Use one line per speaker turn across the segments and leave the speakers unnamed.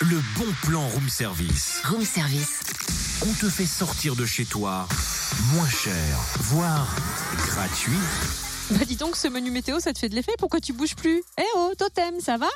Le bon plan room service.
Room service.
On te fait sortir de chez toi moins cher, voire gratuit.
Bah dis donc, ce menu météo, ça te fait de l'effet Pourquoi tu bouges plus Eh oh, totem, ça va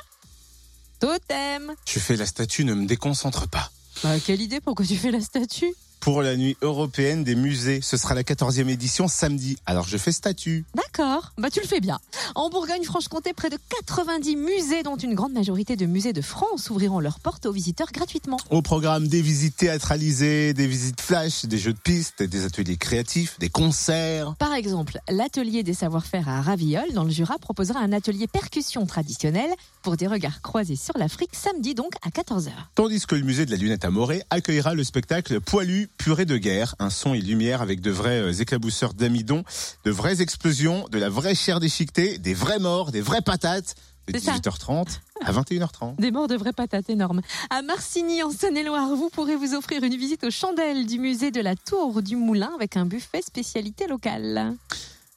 Totem
Tu fais la statue, ne me déconcentre pas.
Bah quelle idée, pourquoi tu fais la statue
Pour la nuit européenne des musées, ce sera la 14e édition samedi. Alors je fais statue.
D'accord, bah tu le fais bien. En Bourgogne-Franche-Comté, près de 90 musées, dont une grande majorité de musées de France, ouvriront leurs portes aux visiteurs gratuitement.
Au programme des visites théâtralisées, des visites flash, des jeux de pistes, des ateliers créatifs, des concerts.
Par exemple, l'atelier des savoir-faire à Ravillol, dans le Jura, proposera un atelier percussion traditionnelle pour des regards croisés sur l'Afrique, samedi donc à 14h.
Tandis que le musée de la Lunette à Morée accueillera le spectacle Poilu, purée de guerre, un son et lumière avec de vrais euh, éclabousseurs d'amidon, de vraies explosions, de la vraie chair déchiquetée, des vrais morts, des vraies patates, de
C'est ça.
18h30 à 21h30.
Des morts de vraies patates énormes. À Marcigny, en Saône-et-Loire, vous pourrez vous offrir une visite aux chandelles du musée de la Tour du Moulin avec un buffet spécialité locale.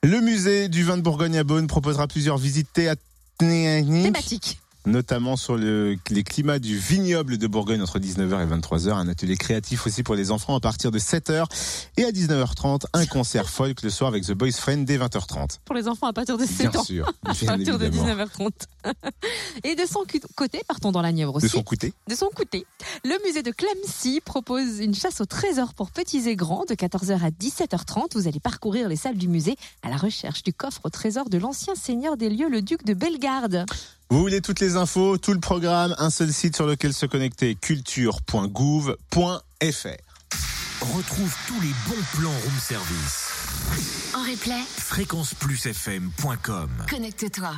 Le musée du vin de Bourgogne à Beaune proposera plusieurs visites théâtrales
Thématique.
notamment sur le- les climats du vignoble de Bourgogne entre 19h et 23h, un atelier créatif aussi pour les enfants à partir de 7h et à 19h30, un concert folk le soir avec The Boys Friend dès 20h30.
Pour les enfants à partir de 7
Bien
ans.
sûr,
À
bien
partir de
évidemment.
19h30. Et de son cu- côté, partons dans la Nièvre aussi.
De son côté,
De son côté, le musée de Clamcy propose une chasse au trésor pour petits et grands de 14h à 17h30. Vous allez parcourir les salles du musée à la recherche du coffre au trésor de l'ancien seigneur des lieux, le duc de Bellegarde.
vous voulez toutes les infos, tout le programme, un seul site sur lequel se connecter, culture.gouv.fr.
Retrouve tous les bons plans room service.
En replay,
fréquenceplusfm.com
connecte-toi.